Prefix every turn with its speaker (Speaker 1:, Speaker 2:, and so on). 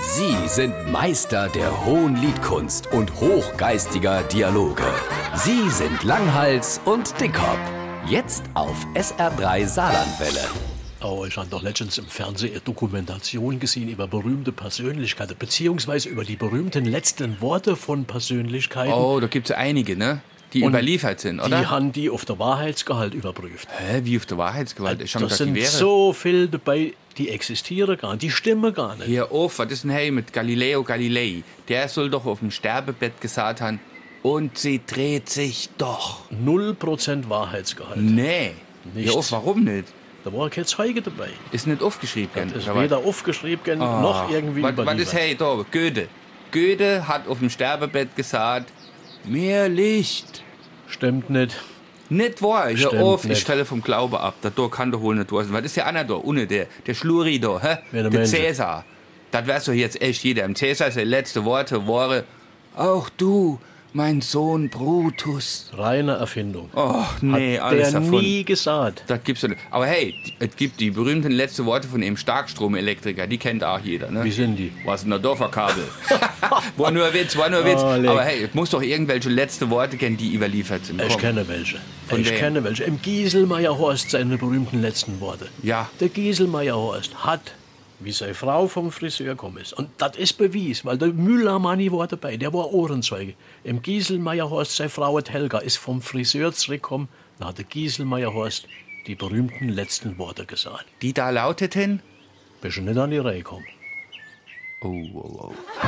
Speaker 1: Sie sind Meister der hohen Liedkunst und hochgeistiger Dialoge. Sie sind Langhals und Dickhop. Jetzt auf SR3 Saarlandwelle.
Speaker 2: Oh, ich habe doch letztens im Fernsehen eine Dokumentation gesehen über berühmte Persönlichkeiten, beziehungsweise über die berühmten letzten Worte von Persönlichkeiten.
Speaker 3: Oh, da gibt's einige, ne? Die
Speaker 2: Und
Speaker 3: überliefert sind,
Speaker 2: Die
Speaker 3: oder?
Speaker 2: haben die auf der Wahrheitsgehalt überprüft.
Speaker 3: Hä, wie auf der Wahrheitsgewalt? Ich hab
Speaker 2: das
Speaker 3: gedacht, die
Speaker 2: sind
Speaker 3: wäre.
Speaker 2: so viele dabei, die existieren gar nicht, die stimmen gar nicht.
Speaker 3: Hier auf, was ist denn hey mit Galileo Galilei? Der soll doch auf dem Sterbebett gesagt haben, und sie dreht sich doch.
Speaker 2: Null Prozent Wahrheitsgehalt.
Speaker 3: Nee.
Speaker 2: Nicht.
Speaker 3: Hier auf, warum nicht?
Speaker 2: Da war kein Zeuge dabei.
Speaker 3: Ist nicht aufgeschrieben. worden,
Speaker 2: Das ist
Speaker 3: oder was?
Speaker 2: weder aufgeschrieben noch irgendwie
Speaker 3: Ah. was, was
Speaker 2: überliefert.
Speaker 3: ist hey, da, Goethe. Goethe hat auf dem Sterbebett gesagt, mehr Licht.
Speaker 2: Stimmt nicht.
Speaker 3: Nicht wahr, ich hör
Speaker 2: Stimmt
Speaker 3: auf, ich
Speaker 2: nicht.
Speaker 3: fälle vom Glaube ab. Der Tor kann doch wohl nicht wahr sein. Was ist der andere da? Ohne der, der Schluri da, hä?
Speaker 2: Wer der
Speaker 3: der
Speaker 2: Mensch?
Speaker 3: Cäsar. Das wär's doch jetzt echt jeder. Im Cäsar ist der letzte Worte, Wore. Auch du, mein Sohn Brutus.
Speaker 2: Reine Erfindung.
Speaker 3: Och, nee,
Speaker 2: Hat
Speaker 3: alles
Speaker 2: der
Speaker 3: davon.
Speaker 2: nie gesagt.
Speaker 3: Das gibt's doch nicht. Aber hey, es gibt die berühmten letzte Worte von dem Starkstromelektriker, die kennt auch jeder, ne?
Speaker 2: Wie sind die?
Speaker 3: Was in der Dorferkabel. war nur ein Witz, war nur ein Witz.
Speaker 2: Oh, leck.
Speaker 3: Aber hey, es muss doch irgendwelche letzte Worte kennen, die überliefert sind.
Speaker 2: Äh, Ich
Speaker 3: Komm.
Speaker 2: kenne welche. ich
Speaker 3: wem?
Speaker 2: kenne welche. Im Gieselmeier-Horst seine berühmten letzten Worte.
Speaker 3: Ja.
Speaker 2: Der Gieselmeier-Horst hat, wie seine Frau vom Friseur gekommen ist. Und das ist Beweis, weil der Müller-Manni war dabei. Der war Ohrenzeuge. Im Gieselmeier-Horst, seine Frau die Helga, ist vom Friseur zurückgekommen. Dann hat der Gieselmeier-Horst die berühmten letzten Worte gesagt.
Speaker 3: Die da lauteten?
Speaker 2: Bist du nicht an die Reihe gekommen?
Speaker 3: Oh, oh, oh.